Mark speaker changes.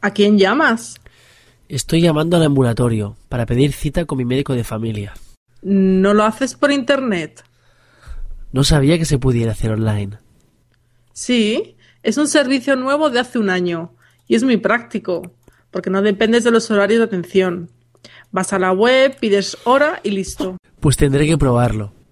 Speaker 1: ¿A quién llamas?
Speaker 2: Estoy llamando al ambulatorio para pedir cita con mi médico de familia.
Speaker 1: ¿No lo haces por internet?
Speaker 2: No sabía que se pudiera hacer online.
Speaker 1: Sí, es un servicio nuevo de hace un año y es muy práctico, porque no dependes de los horarios de atención. Vas a la web, pides hora y listo.
Speaker 2: Pues tendré que probarlo.